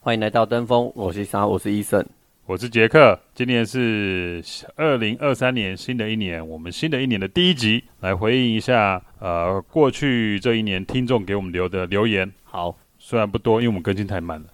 欢迎来到登峰，我是沙，我是医生。我是杰克，今年是二零二三年新的一年，我们新的一年的第一集，来回应一下呃过去这一年听众给我们留的留言，好，虽然不多，因为我们更新太慢了。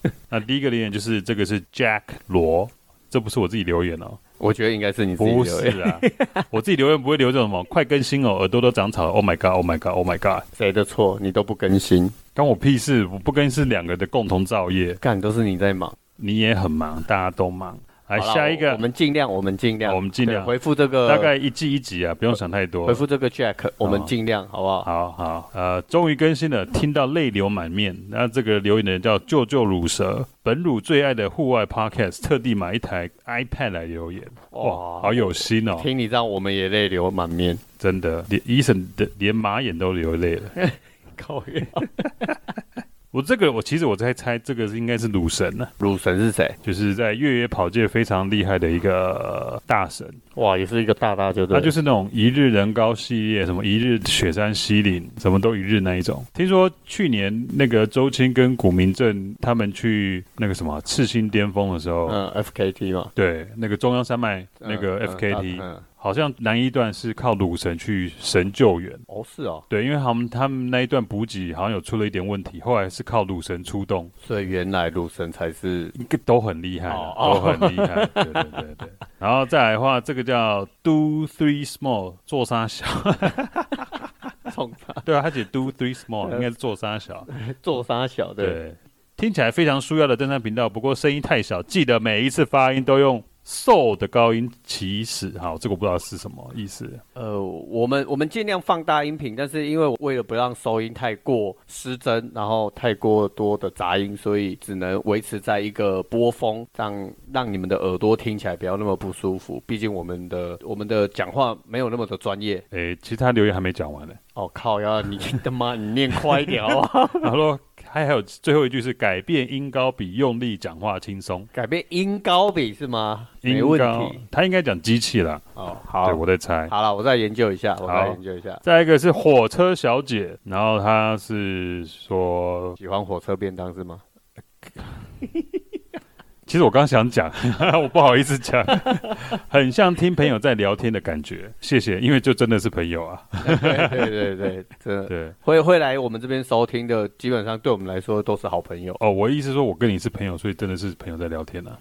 那第一个留言就是这个是 Jack 罗，这不是我自己留言哦，我觉得应该是你自己欸不留言，是啊，我自己留言不会留这种什么快更新哦，耳朵都长草，Oh my god，Oh my god，Oh my god，谁的错？你都不更新，关我屁事，我不更新是两个的共同造业，干都是你在忙。你也很忙，大家都忙。来好啦下一我个我，们尽量，我们尽量，我们尽量对回复这个，大概一季一集啊，不用想太多回。复这个 Jack，我们尽量，好不好？好好，呃，终于更新了，听到泪流满面。那这个留言的人叫舅舅乳蛇，本乳最爱的户外 podcast，特地买一台 iPad 来留言。哇，好有心哦，听你这样，我们也泪流满面。真的，连医生的连马眼都流泪了。哎靠呀！我这个，我其实我在猜，这个是应该是乳神呢、啊乳神是谁？就是在越野跑界非常厉害的一个呃大神。哇，也是一个大大就对他了，就是那种一日人高系列，什么一日雪山西岭，什么都一日那一种。听说去年那个周青跟古明正他们去那个什么赤心巅峰的时候，嗯 FKT 嘛，对，那个中央山脉嗯那个嗯 FKT，、嗯嗯好像南一段是靠鲁神去神救援。哦是哦，对，因为他们他们那一段补给好像有出了一点问题，后来是靠鲁神出动，所以原来乳神才是一个都很厉害啊，哦都很厉害。对对对 对。然后再来的话，这个叫 Do Three Small 做沙小，冲 他对啊，他写 do three small，应该是做沙小。做沙小的，对，听起来非常舒压的登山频道，不过声音太小，记得每一次发音都用 so 的高音起始。好，这个我不知道是什么意思。呃，我们我们尽量放大音频，但是因为为了不让收音太过失真，然后太过多的杂音，所以只能维持在一个波峰，让让你们的耳朵听起来不要那么不舒服。毕竟我们的我们的讲话没有那么的专业。诶，其实他留言还没讲 完呢。哦靠呀，你他妈你念快一点哦好 不好？他说还还有最后一句是改变音高比用力讲话轻松。改变音高比是吗？没音问高题。，他应该讲机器啦。哦，对，好，我在猜。好了，我再研究一下，我再好研究一下。再一个是火车小姐，然后她是说喜欢火车便当是吗？其实我刚想讲， 我不好意思讲，很像听朋友在聊天的感觉。谢谢，因为就真的是朋友啊。对对对对，真的对，会会来我们这边收听的，基本上对我们来说都是好朋友。哦，我意思说我跟你是朋友，所以真的是朋友在聊天啊。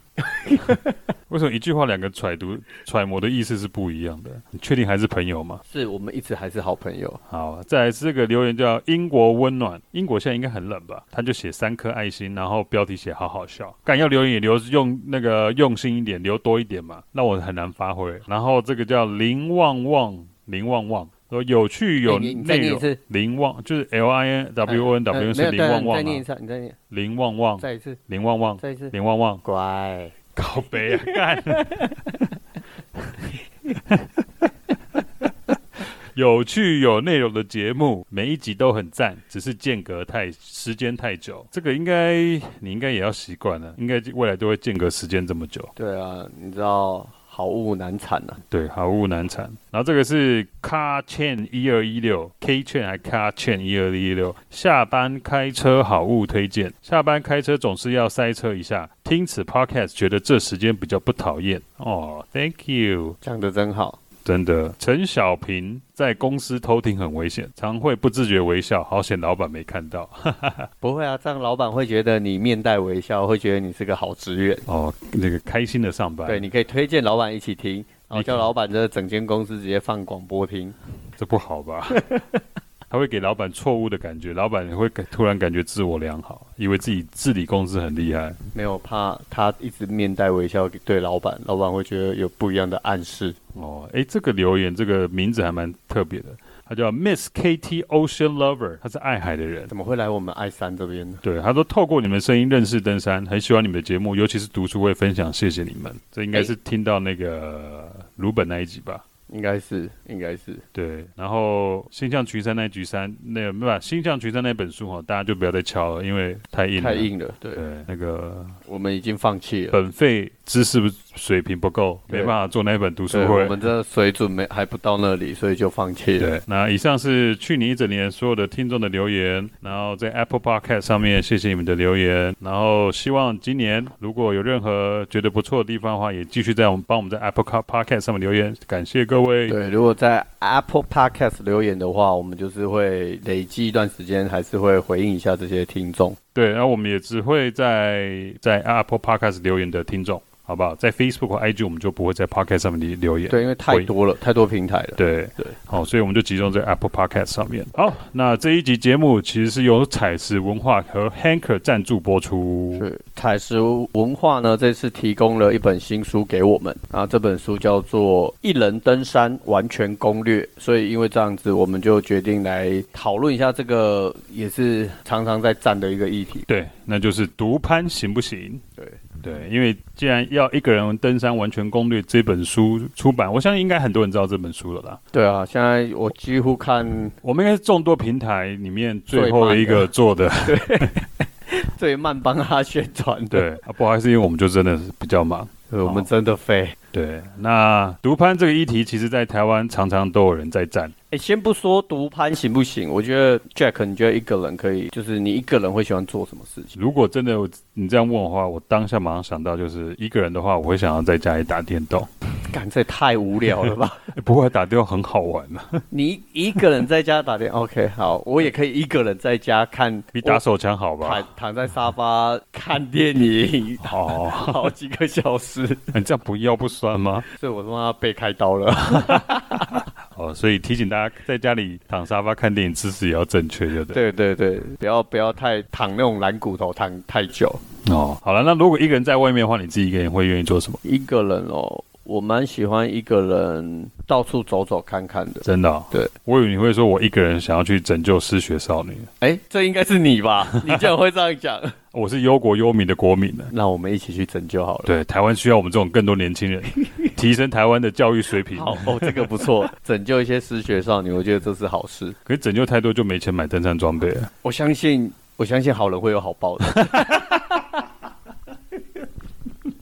为什么一句话两个揣度揣摩的意思是不一样的？你确定还是朋友吗？是我们一直还是好朋友，好，再来是这个留言叫英国温暖，英国现在应该很冷吧？他就写三颗爱心，然后标题写好好笑。敢要留言也留用那个用心一点，留多一点嘛，那我很难发挥。然后这个叫林旺旺，林旺旺说有趣有哎你你再内念一容次，林旺就是 L I N W O N 呃 W 没有是林旺对旺你再念一啊，嗯次，你再念，林旺旺，再一次，林旺旺，再一次，林旺旺，乖，靠背啊，干。 有趣有内容的节目，每一集都很赞，只是间隔太时间太久，这个应该你应该也要习惯了，应该未来都会间隔时间这么久。对啊，你知道好物难产啊呐、对，好物难产。然后这个是 Car Chain 一二一六 K 券还 Car Chain 一二一六，下班开车好物推荐。下班开车总是要塞车一下，听此 Podcast 觉得这时间比较不讨厌哦。Thank you，讲的真好。真的。陈小平在公司偷听很危险，常会不自觉微笑，好险老板没看到。不会啊，这样老板会觉得你面带微笑，会觉得你是个好职员。哦，那个开心的上班，对，你可以推荐老板一起听，然后你叫看老板这整间公司直接放广播听。这不好吧？他会给老板错误的感觉，老板会感突然感觉自我良好，以为自己治理公司很厉害。没有怕他一直面带微笑对老板，老板会觉得有不一样的暗示。哦，诶，这个留言这个名字还蛮特别的，他叫 Miss KT Ocean Lover，他是爱海的人。怎么会来我们爱山这边呢？对，他说透过你们声音认识登山，很喜欢你们的节目，尤其是读书会分享，谢谢你们。这应该是听到那个呃鲁本那一集吧？应该是，应该是。对，然后星象群山那一局山，那个没有吧星象群山那本书哈、哦，大家就不要再敲了，因为太硬了。太。硬了，对对，那个我们已经放弃了。本费知识水平不够，没对办法做那本读书对，会我。们这水准没还不到那里，所以就放弃了。对，那以上是去年一整年所有的听众的留言，然后在 Apple Podcast 上面谢谢你们的留言，然后希望今年如果有任何觉得不错的地方的话，也继续在我们帮我们在 Apple Podcast 上面留言，感谢各位。对，如果在 Apple Podcast 留言的话，我们就是会累积一段时间，还是会回应一下这些听众。对，然后我们也只会在在 Apple Podcast 留言的听众，好不好？在 Facebook 和 IG 我们就不会在 Podcast 上面留言。对，因为太多了，太多平台了。对对，好，所以我们就集中在 Apple Podcast 上面。好，那这一集节目其实是由彩石文化和 Hanker 赞助播出。是彩石文化呢，这次提供了一本新书给我们啊，这本书叫做《一人登山完全攻略》，所以因为这样子，我们就决定来讨论一下这个也是常常在战的一个议题。对，那就是独攀行不行？对对，因为既然要一个人登山完全攻略这本书出版，我相信应该很多人知道这本书了啦。对啊，现在我几乎看我们应该是众多平台里面最最后慢一个的做的。最慢帮他宣传的，对、啊，不好意思，因为我们就真的是比较忙。对我们真的废。对，那独攀这个议题，其实在台湾常常都有人在站。哎，先不说独攀行不行，我觉得 Jack，你觉得一个人可以，就是你一个人会喜欢做什么事情？如果真的有你这样问我的话，我当下马上想到就是一个人的话，我会想要在家里打 电动。干，这也太无聊了吧！诶不会打电动很好玩啊，你一个人在家打电，OK，好，我也可以一个人在家看，比打手枪好我吧躺？躺在沙发看电影好、哦，好几个小时， 你这样不腰不酸吗？所以我他妈被开刀了。哦，所以提醒大家，在家里躺沙发看电影姿势也要正确，对不对？ 对对对，不要不要太躺那种懒骨头躺太久。哦，好了，那如果一个人在外面的话，你自己一个人会愿意做什么？一个人哦，我蛮喜欢一个人到处走走看看的。真的、哦？对，我以为你会说我一个人想要去拯救失学少女，哎，这应该是你吧？ 你竟然会这样讲？我是忧国忧民的国民呢。 啊那我们一起去拯救好了。对，台湾需要我们这种更多年 轻人，提升台湾的教育水平。好哦，这个不 错，拯救一些失学少女，我觉得这是好事。可是拯救太多就没钱买登山装备了。我相信，我相信好人会有好报的，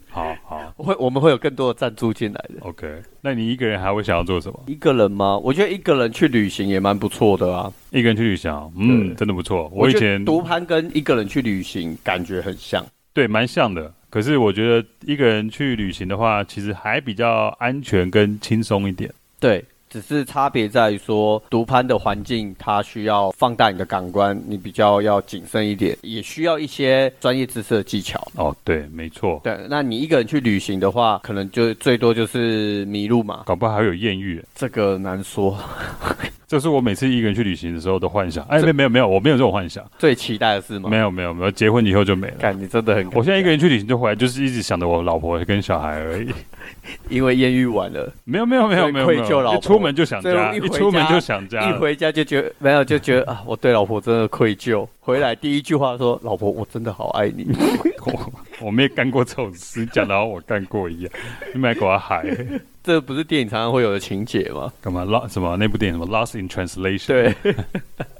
好好会我们会有更多的赞助进来的。 ，OK。那你一个人还会想要做什么？一个人吗？我觉得一个人去旅行也蛮不错的啊。一个人去旅行啊，嗯，对真的不错。我以觉得前独攀跟一个人去旅行感觉很像。对蛮像的，可是我觉得一个人去旅行的话，其实还比较安全跟轻松一点。对，只是差别在于说，独攀的环境它需要放大你的感官，你比较要谨慎一点，也需要一些专业知识的技巧。哦，对，没错，对，那你一个人去旅行的话，可能就最多就是迷路嘛，搞不好还有艳遇。这个难说。 这是我每次一个人去旅行的时候的幻想。哎，没这有没有没有，我没有这种幻想，最期待的是吗？没有没有没有，结婚以后就没了。干，你真的很，我现在一个人去旅行就回来，就是一直想着我老婆跟小孩而已。因为艳遇完了，没有没有没有没有，愧没有疚老一婆出门就想所以家，我一一回出门家就想家一了。回家就觉得没有，就觉得啊，我对老婆真的愧疚。回来第一句话说：“老婆，我真的好爱你。 我我没干过这种事，你讲的好像我干过一样。你买给我海”这不是电影常常会有的情节吗？干嘛？Lost 什么那部电影什么 Lost in Translation？，对。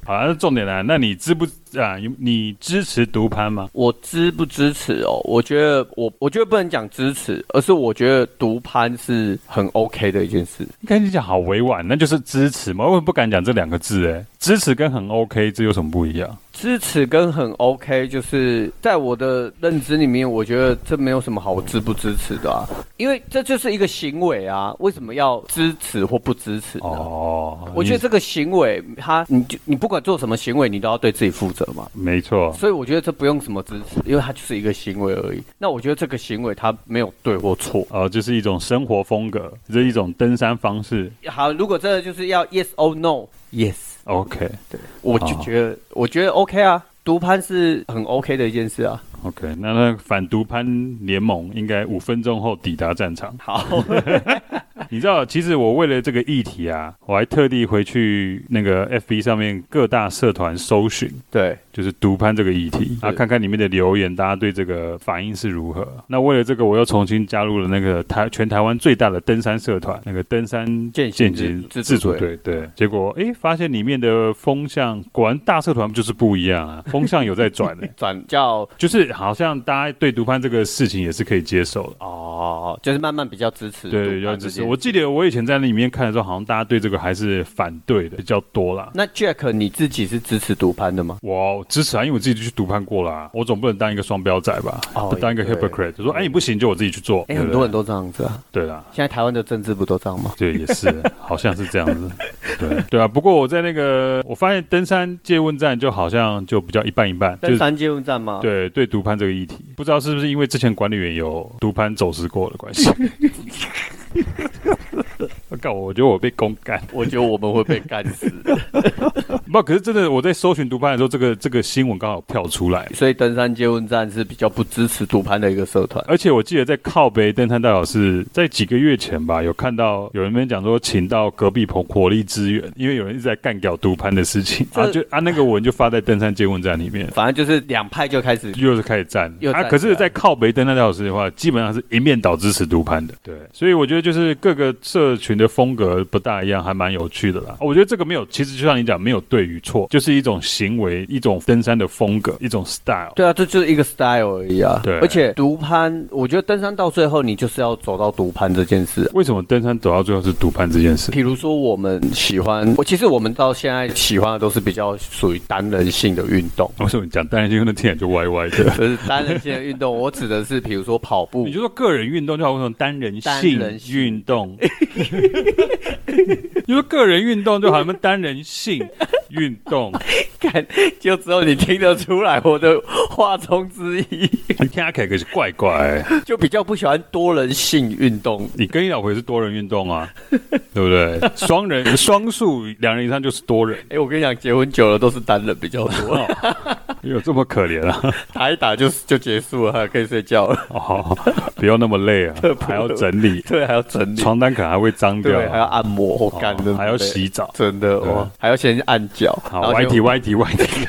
好，那重点来，那你支不啊？你你支持独攀吗？我支不支持哦？我觉得我我觉得不能讲支持，而是我觉得独攀是很 OK 的一件事。应该你讲好委婉，那就是支持嘛。我也不敢讲这两个字，哎，支持跟很 OK 这有什么不一样？支持跟很 OK，就是在我的认知里面，我觉得这没有什么好支不支持的啊，因为这就是一个行为啊，为什么要支持或不支持呢？哦，我觉得你这个行为，他你就你不管做什么行为，你都要对自己负责嘛。没错，所以我觉得这不用什么支持，因为它就是一个行为而已。那我觉得这个行为它没有对或错。呃，就是一种生活风格，这是一种登山方式。好，如果真的就是要 yes or no，yes， OK 我就哦觉得、我觉得 OK 啊，独攀是很 OK 的一件事啊。 OK，那 那反独攀联盟应该五分钟后抵达战场。好，你知道，其实我为了这个议题啊，我还特地回去那个 FB 上面各大社团搜寻，对，就是毒攀这个议题啊，看看里面的留言，大家对这个反应是如何。那为了这个，我又重新加入了那个台全台湾最大的登山社团，那个登山健健行行自自自主主队。对，结果诶，发现里面的风向果然大社团就是不一样啊，风向有在转的、 转叫就是好像大家对毒攀这个事情也是可以接受的。哦，就是慢慢比较支持，对，要支持。我记得我以前在那里面看的时候，好像大家对这个还是反对的比较多啦。那 Jack 你自己是支持独攀的吗？我支持啊，因为我自己就去毒攀过啦、我总不能当一个双标仔吧，哦不当一个也对 hypocrite，就说哎、你不行就我自己去做。哎、对不很对多人都这样子啊，对啦，现在台湾的政治不都这样吗？对，也是，好像是这样子。对对啊，不过我在那个，我发现登山借问站就好像就比较一半一半，就登是山界问站吗？，对对毒攀这个议题，不知道是不是因为之前管理员有毒攀走失过的关系。 我靠！我觉得我被公干，我觉得我们会被干死，不，可是真的，我在搜寻毒攀的时候，这个这个新闻刚好跳出来，所以登山界问站是比较不支持独攀的一个社团。而且我记得在靠北登山大老师在几个月前吧，有看到有人们讲说，请到隔壁棚火力支援，因为有人一直在干掉毒攀的事情这啊，就啊那个文就发在登山见闻站里面。反正就是两派就开始又是开始站又啊！站可是，起来在靠北登山大老师的话，基本上是一面倒支持独攀的。对，所以我觉得就是各个社群的风格不大一样，还蛮有趣的啦。我觉得这个没有，其实就像你讲，没有对与错，就是一种行为，一种登山的风格，一种 style。对啊，这就是一个 style 而已啊。对而且独攀，我觉得登山到最后，你就是要走到独攀这件事。为什么登山走到最后是独攀这件 事？比如说，我们喜欢，我其实我们到现在喜欢的都是比较属于单人性的运动，为什么你讲单人运动听起来就歪 歪的？就是单人性的运动。我指的是，比如说跑步你，就说个人运动就好，为什么单人单人性运动？ 你说个人运动就好，什么单人性运动？看就只有你听得出来我的话中之意，你听起来可是怪怪欸、就比较不喜欢多人性运动。你跟你老婆也是多人运动啊， 对不对？双人、双数、两人以上就是多人，哎、我跟你讲，结婚久了都是单人比较多，哦有这么可怜啊？ 打一打就就结束了，可以睡觉了。 哦，不要那么累啊，还要整理对，还要整理，床单，可能还会脏掉啊哦对，，还要按摩，我干的，还要洗澡。真的对哇，还要先按脚，然好，后歪就题歪题歪 题。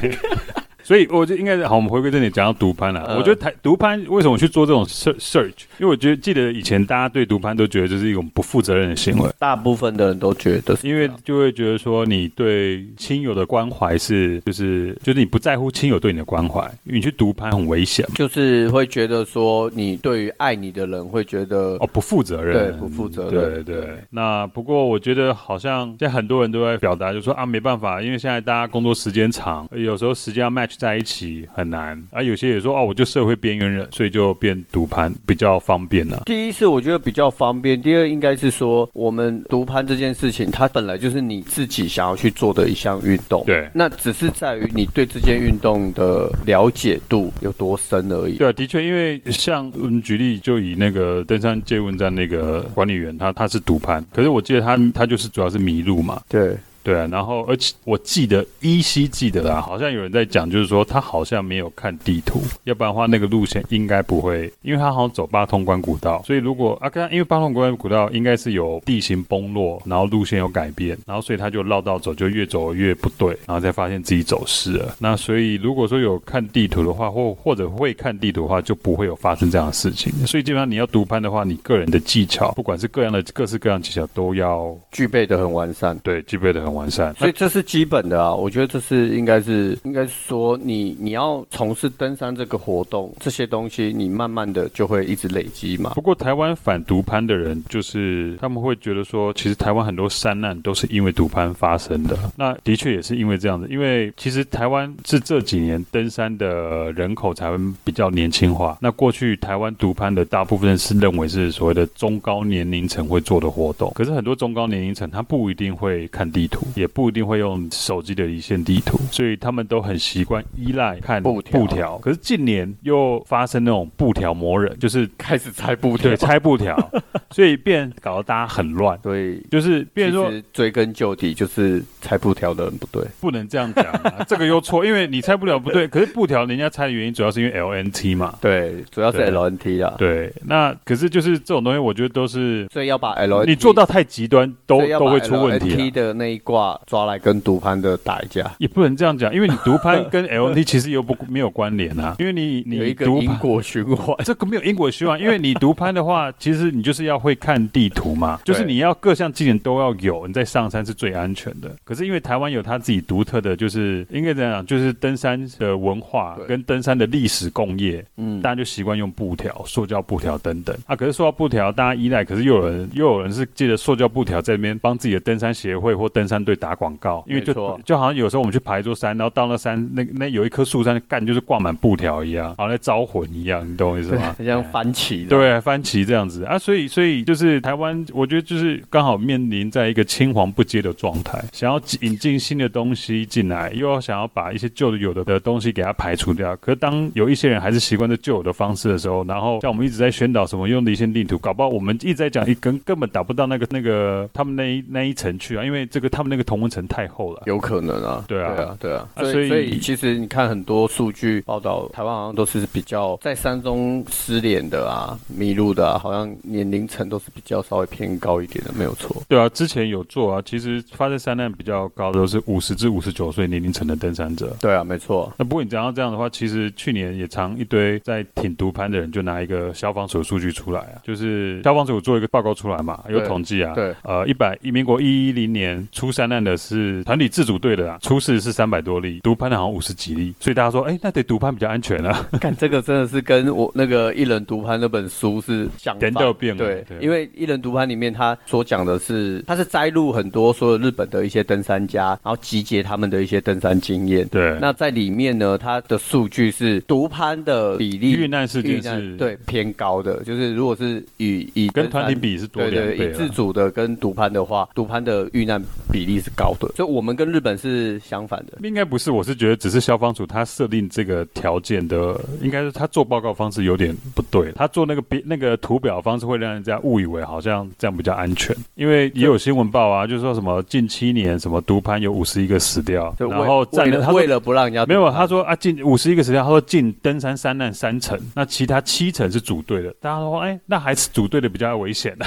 所以我就应该是好，我们回归正点，讲到毒攀了。嗯我觉得台毒攀为什么去做这种 search search？因为我觉得记得以前大家对毒攀都觉得这是一种不负责任的行为，大部分的人都觉得是这因样，为就会觉得说你对亲友的关怀是就是就是你不在乎亲友对你的关怀，因为你去毒攀很危险嘛。就是会觉得说，你对于爱你的人会觉得哦，不负责任，对不负责对任对对。那不过我觉得好像现在很多人都在表达，就说啊没办法，因为现在大家工作时间长，有时候时间要 match 在一起很难。啊，有些也说哦，我就社会边缘人，所以就变赌盘比较方便啊了、第一是我觉得比较方便，第二应该是说我们读攀这件事情，它本来就是你自己想要去做的一项运动，对那只是在于你对这件运动的了解度有多深而已。对啊，的确，因为像我们举例，就以那个登山借问站那个管理员，他他是赌盘，可是我记得他他就是主要是迷路嘛，对，对啊，然后而且我记得依稀记得啦，好像有人在讲，就是说他好像没有看地图，要不然的话那个路线应该不会，因为他好像走八通关古道，所以如果啊，刚因为八通关古道应该是有地形崩落，然后路线有改变，然后所以他就绕道走，就越走越不对，然后再发现自己走失了。那所以如果说有看地图的话，或或者会看地图的话，就不会有发生这样的事情。所以基本上你要读攀的话，你个人的技巧，不管是各样的各式各样的技巧，都要具备的很完善。对具备的很完善。所以这是基本的啊，我觉得这是应该是应该说你你要从事登山这个活动，这些东西你慢慢的就会一直累积嘛。不过，台湾反毒攀的人，就是他们会觉得说，其实台湾很多山难都是因为毒攀发生的。那的确也是因为这样子，因为其实台湾是这几年登山的人口才会比较年轻化。那过去台湾毒攀的大部分是认为是所谓的中高年龄层会做的活动，可是很多中高年龄层他不一定会看地图，也不一定会用手机的离线地图，所以他们都很习惯依赖看布条布条。可是近年又发生那种布条魔人，就是开始拆布条对，拆布条， 所以变搞得大家很乱。所以就是变其成说实追根究底就是拆布条的人不对，不能这样讲、 啊，这个又错，因为你拆不了不对。可是布条人家拆的原因主要是因为 LNT 嘛，对，主要是对 LNT 啦，对。那可是就是这种东西，我觉得都是所以要把 LNT 你做到太极端都所以要把都会出问题、啊。 LNT 的那一挂抓来跟赌盘的打一架，也不能这样讲，因为你读拍跟 LNT 其实又不没有关联啊，因为你有一你个读因拍。果循环。这个没有因果循环，因为你读拍的话，其实你就是要会看地图嘛，就是你要各项技能都要有，你在上山是最安全的。可是因为台湾有它自己独特的，就是应该怎样讲，就是登山的文化对跟登山的历史工业，嗯大，家就习惯用布条、塑胶布条等等啊。可是塑胶布条大家依赖，可是又有人又有人是借着塑胶布条在那边帮自己的登山协会或登山队打广告，因为就没错就好像有时候我们去爬一座山，然后到那山那那有一棵树上干就是挂满布条一样，好像在招魂一样，你懂我意思对，吗？很像翻旗的。，对，番茄这样子啊，所以所以就是台湾，我觉得就是刚好面临在一个青黄不接的状态，想要引进新的东西进来，又要想要把一些旧的有的的东西给它排除掉。可是当有一些人还是习惯着旧有的方式的时候，然后像我们一直在宣导什么用离线地图，搞不好我们一直在讲一根根本达不到那个那个他们那一那一层去啊，因为这个他们那个同温层太厚了。有可能啊。对啊对啊，对啊。啊所以所所以其实你看很多数据报道，台湾好像都是比较在山中失联的啊、迷路的啊，好像年龄层都是比较稍微偏高一点的，没有错。对啊，之前有做啊，其实发生山难比较高的都是五十至五十九岁年龄层的登山者。对啊，没 错。那不过你讲到这样的话，其实去年也常一堆在挺毒攀的人就拿一个消防署数据出来啊，就是消防署做一个报告出来嘛，有对统计啊，对呃，一百民国一一零年出山难的是团体自主队的啊，出事是三百多例，毒攀的好像五十几例，所以大家说，哎，那得毒攀比较安全啊， 看这个真的是跟我那个《一人独攀》那本书是相人反都有变了对，对因为《一人独攀》里面他所讲的是，他是摘录很多所有日本的一些登山家，然后集结他们的一些登山经验。对，那在里面呢，它的数据是独攀的比例，遇难事件遇难是对偏高的，就是如果是以以跟登团体山比是多对两对，倍以啊自主的跟独攀的话，独攀的遇难比例是高的，所以我们跟日本是相反的。应该不是，我是觉得只是消防署他设定这个条件的，应该是他做报告方式有点不对，他做那个别那个图表方式会让人家误以为好像这样比较安全，因为也有新闻报啊，就是说什么近七年什么毒攀有五十一个死掉，就为然后占为了了他说为了不让人家没有，独攀他说啊，近五十一个时间，他说近登山三难三成，那其他七成是组队的。大家说，哎，那还是组队的比较危险啊。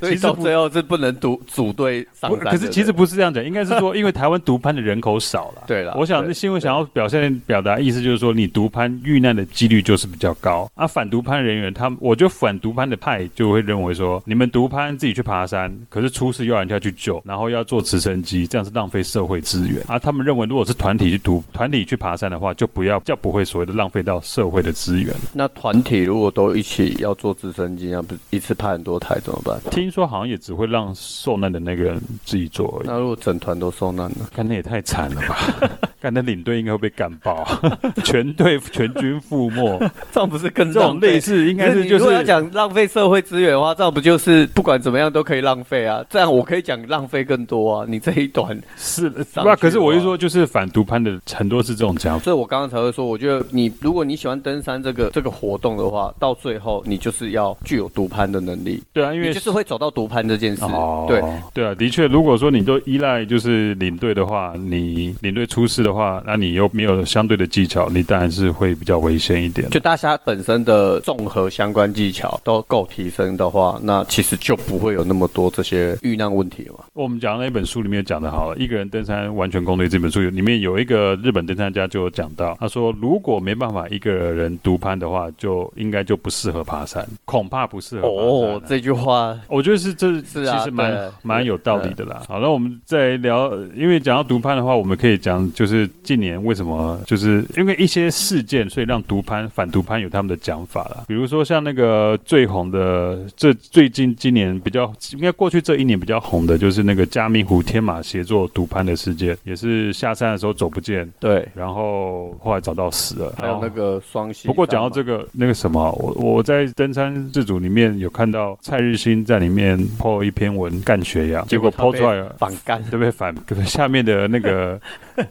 所以其实到不最后是不能独组队上不山的。可是其实不是这样讲，应该是说，因为台湾独攀的人口少了。 对啦我想对这新闻想要表现表达意思就是说，你独攀遇难的几率就是比较高。啊，反独攀人员他们，我觉得反独攀的派就会认为说，你们独攀自己去爬山，可是出事又要人家去救，然后要坐直升机，这样是浪费社会资源。啊，他们认为如果是团体去独团体去爬山的话，就不要就不会所谓的浪费到社会的资源。那团体如果都一起要坐直升机，那不是一次派很多台怎么办？听说好像也只会让受难的那个人自己做而已。那如果整团都受难呢？干那也太惨了吧！ 干那领队应该会被干爆， 全队全军覆没。 这样不是更这种类似应应该是就如果要是讲浪费社会资源的话，这样不就是不管怎么样都可以浪费啊？这样我可以讲浪费更多啊！你这一 段，是上不？啊去可是我的就话说，就是反毒攀的很多是这种讲法。所以我刚刚才会说，我觉得你如果你喜欢登山这个这个活动的话，到最后你就是要具有独攀的能力，对啊，因因为为就是会走到独攀这件事。哦，对，对啊，的确，如果说你都依赖就是领队的话，你领队出事的话，那你又没有相对的技巧，你当然是会比较危险一点。就大家本身的综合相关技巧都够提升的话，那其实就不会有那么多这些遇难问题了嘛。我们讲那本书里面讲的好了，《一个人登山完全攻略》这本书里面有一个日本登山家就有讲到，他说如果没办法一个人独攀的话，就应该就不适合爬山，恐怕不适合哦，爬山啊。这句话我觉得是这是啊其对实蛮蛮有道理的啦。好，那我们再聊，呃因为讲到独攀的话，我们可以讲就是就是近年为什么就是因为一些事件，所以让毒攀反毒攀有他们的讲法了。比如说像那个最红的，这最近今年比较应该过去这一年比较红的，就是那个加密湖天马协作毒攀的事件，也是下山的时候走不见，对，然后后来找到死了，还有那个双喜。哦不过讲到这个那个什么，啊我我在登山自主里面有看到蔡日新在里面 po 一篇文干学呀，结果他被 po 出来了，反干，对不对？反下面的那 个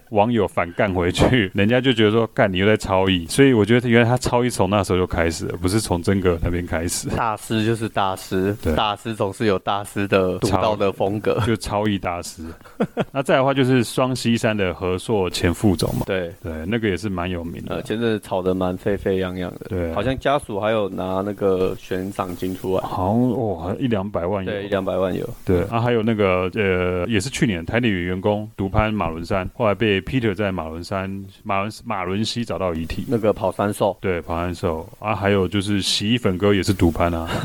网友反干回去，人家就觉得说干你又在超意，所以我觉得原来他超意从那时候就开始了，不是从真格那边开始，大师就是大师对，大师总是有大师的独到的风格。就超意大 师。那再来的话就是双溪山的何硕前副总嘛，对，对，那个也是蛮有名呃，的。前阵子吵得蛮沸沸扬扬的，对好像家属还有拿那个悬赏金出来，好像哇，一两百万有对，一两百万有，对，啊，还有那个呃，也是去年台里有员工独攀马伦山，后来被 Peter 在马伦山马伦马伦西找到遗体。那个跑山兽，对，跑山兽啊，还有就是洗衣粉哥也是独攀啊。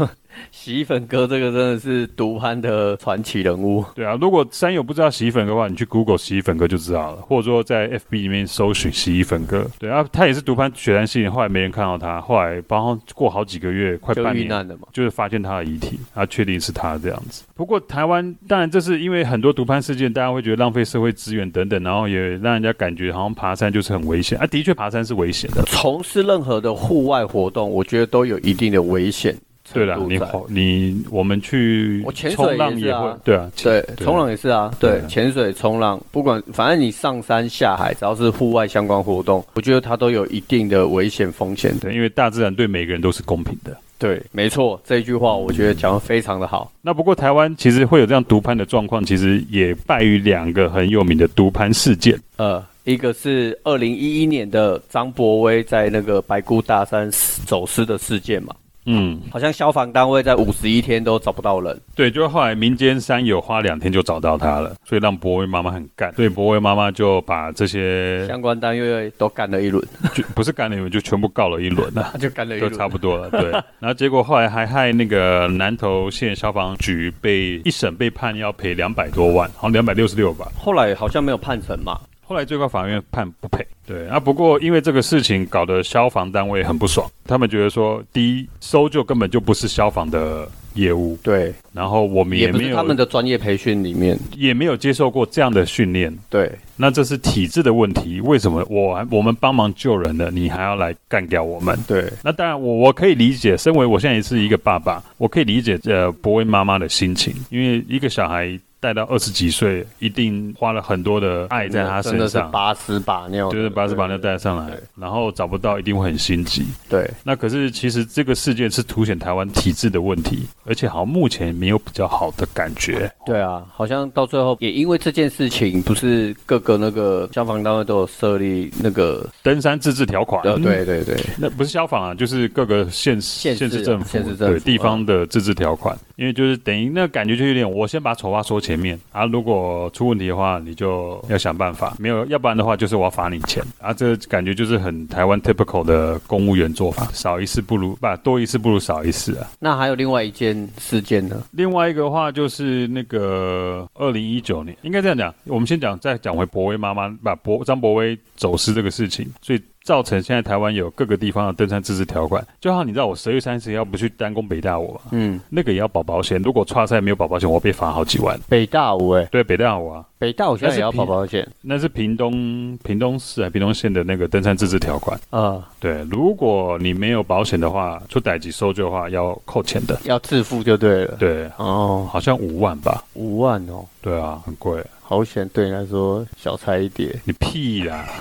洗衣粉哥这个真的是独攀的传奇人物，对啊，如果山友不知道洗衣粉哥的话，你去 Google 洗衣粉哥就知道了，或者说在 FB 里面搜寻洗衣粉哥。对啊，他也是独攀雪山系列，后来没人看到他，后来然后过好几个月，快就半遇年，难的嘛。就是发现他的遗体，啊，确定是他这样子。不过台湾当然这是因为很多毒攀事件，大家会觉得浪费社会资源等等，然后也让人家感觉好像爬山就是很危险啊。的确，爬山是危险的。从事任何的户外活动，我觉得都有一定的危险对程啦，度你在。滑你我们去我潜水冲浪也是也啊会，对啊，对，对冲浪也是啊，对对，潜水、冲浪，不管反正你上山下海，只要是户外相关活动，我觉得它都有一定的危险风险。对，因为大自然对每个人都是公平的。对，没错，这一句话我觉得讲的非常的好。那不过台湾其实会有这样毒攀的状况，其实也败于两个很有名的毒攀事件。呃，一个是二零一一年的张博威在那个白姑大山死走失的事件嘛，嗯，好像消防单位在五十一天都找不到人。对，就是后来民间山友花两天就找到他了，所以让博威妈妈很干，所以博威妈妈就把这些相关单位都干了一轮，就不是干了一轮，就全部告了 一轮了。那 就干了一就轮，差不多了，对。然后结果后来还害那个南投县消防局被一审被判要赔两百多万，好像两百六十六吧。后来好像没有判成嘛，后来最高法院判不赔。对啊，不过因为这个事情搞得消防单位很不爽，他们觉得说，第一搜救根本就不是消防的业务，对，然后我们也不没是有他们的专业培训里面，也没有接受过这样的训练，对，那这是体制的问题。为什么我还我们帮忙救人了，你还要来干掉我们？对，那当然我，我可以理解，身为我现在也是一个爸爸，我可以理解呃博威妈妈的心情，因为一个小孩带到二十几岁，一定花了很多的爱在他真身的是上，把屎把尿的，就是把这把那带上来对，然后找不到，一定会很心急。对，那可是其实这个事件是凸显台湾体制的问题，而且好像目前没有比较好的感觉。对啊，好像到最后也因为这件事情，不是各个那个消防单位都有设立那个，登山自治条款，呃，对对对，那不是消防啊，就是各个县市县市啊市政府、县市政府对地方的自治条款，因为就是等于那感觉就有点，我先把丑话说前面啊，如果出问题的话，你就要想办法，没有，要不然的话就是我要罚你钱啊，这感觉就是很台湾 typical 的公务员做法，少一事不如不、多一事不如少一事啊。那还有另外一件事件呢，另外一个话就是那个二零一九年，应该这样讲，我们先讲再讲回博威妈妈把博张博威走失这个事情，所以造成现在台湾有各个地方的登山自治条款。就好像你知道我十月三十要不去单攻北大我嘛，嗯，那个也要保保险，如果差赛没有保保险，我被罚好几万。北大五哎，对，北大我啊，北大五现在也要那是平跑保险，那是屏东屏东市啊，屏东县的那个登山自治条款。呃，对，如果你没有保险的话，出逮及搜救的话要扣钱的。要自付就对了，对，哦，好像五万吧。五万哦。对啊，很贵。好险，对你来说小菜一碟。你屁啦！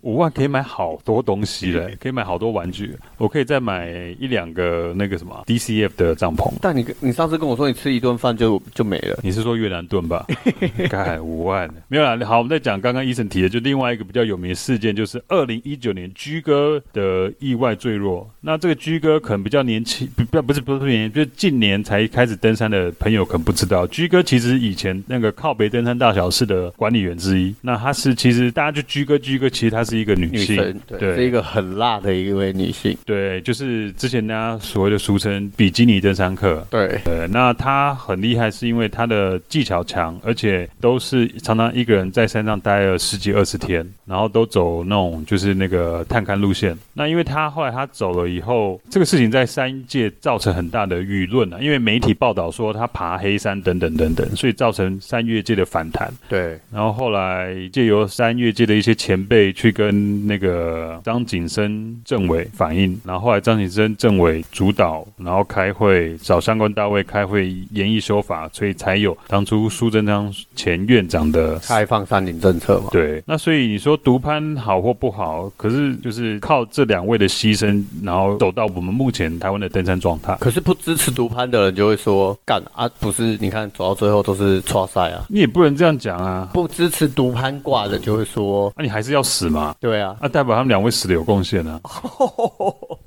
五万可以买好多东西嘞，可以买好多玩具。我可以再买一两个那个什么 DCF 的帐篷。但你你上次跟我说你吃一顿饭就就没了，你是说越南 盾吧？干五万没有啦。好，我们再讲刚刚医生提的，就另外一个比较有名的事件，就是二零一九年居哥的意外坠落。那这个居哥可能比较年轻，不不不是不是年轻，就是近年才开始登山的朋友可能不知道，居哥其实以前那个靠北登山大小事的管理员之一。那他是其实大家就居哥居哥，其实他是是一个女女性，生，对，对是一个很辣的一位女性，对，就是之前大家所谓的俗称比基尼登山客。对，对，那她很厉害，是因为她的技巧强，而且都是常常一个人在山上待了十几二十天，然后都走那种就是那个探勘路线。那因为她后来她走了以后，这个事情在山界造成很大的舆论啊，因为媒体报道说她爬黑山等等等等，所以造成山岳界的反弹。对，然后后来借由山岳界的一些前辈去跟那个张景生政委反映，然后后来张景生政委主导，然后开会找相关单位开会研议修法，所以才有当初苏贞昌前院长的开放山林政策嘛，对，那所以你说独攀好或不好，可是就是靠这两位的牺牲，然后走到我们目前台湾的登山状态。可是不支持独攀的人就会说，干啊，不是，你看走到最后都是错赛啊。你也不能这样讲啊，不支持独攀挂的就会说，那、你还是要死嘛。对 啊，啊，代表他们两位死的有贡献啊。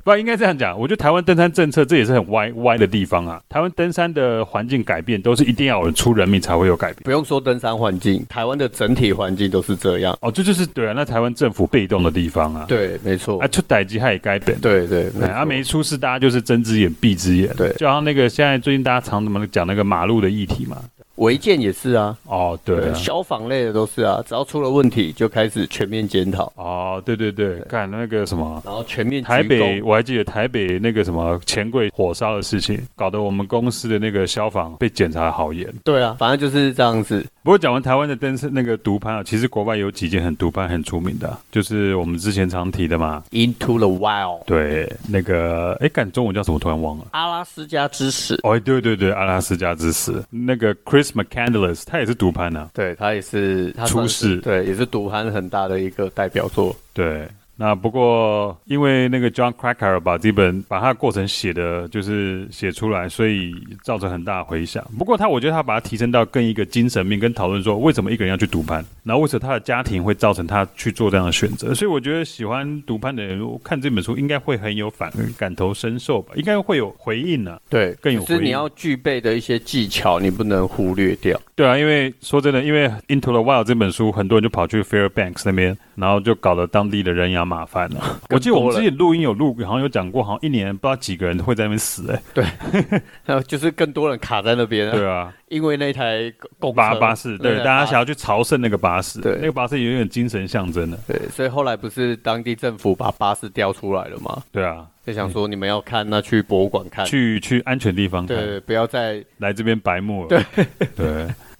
不，应该这样讲。我觉得台湾登山政策这也是很歪歪的地方啊。台湾登山的环境改变都是一定要有人出人命才会有改变。不用说登山环境，台湾的整体环境都是这样。哦，这就是对啊，那台湾政府被动的地方啊。对，没错啊，，出歹机他也该变。对对，对，啊，错没出事，大家就是睁只眼闭只眼。对就好像那个现在最近大家常怎么讲那个马路的议题嘛。违建也是啊，哦，对啊。消防类的都是啊，只要出了问题就开始全面检讨，哦，对对对，干那个什么。然后全面台鞠北，躬我还记得台北那个什么钱柜火烧的事情，搞得我们公司的那个消防被检查的好严。对啊，反正就是这样子。不过讲完台湾的登山那个独攀啊，其实国外有几件很独攀很出名的啊，就是我们之前常提的嘛， Into the wild，对，那个哎，干中文叫什么？突然忘了。阿拉斯加之死，哦，对对对，阿拉斯加之死，那个 Chris McCandless 他也是独攀啊，对他也是他出算是事对，也是独攀很大的一个代表作。对。那不过，因为那个 John Cracker 把这本把他的过程写的，就是写出来，所以造成很大的回响。不过他，我觉得他把它提升到更一个精神面，跟讨论说为什么一个人要去读攀，然后为什么他的家庭会造成他去做这样的选择。所以我觉得喜欢读攀的人，我看这本书应该会很有反感同身受吧，应该会有回应啊。对，更有只是回应你要具备的一些技巧，你不能忽略掉。 对啊，因为说真的，因为《Into the Wild》这本书，很多人就跑去 Fairbanks 那边，然后就搞得当地的人仰马翻 了。我记得我们之前录音有录，好像有讲过，好像一年不知道几个人会在那边 死、欸。呃，就是更多人卡在那边，对啊，因为那台公巴车巴士，那台对，大家巴想要去朝圣那个巴士，对那个巴士有点精神象征的。对，所以后来不是当地政府把巴士调出来了吗？对啊，就想说你们要看，那去博物馆看，去去安全地方嗯看，对，不要再来这边白目了。对 对，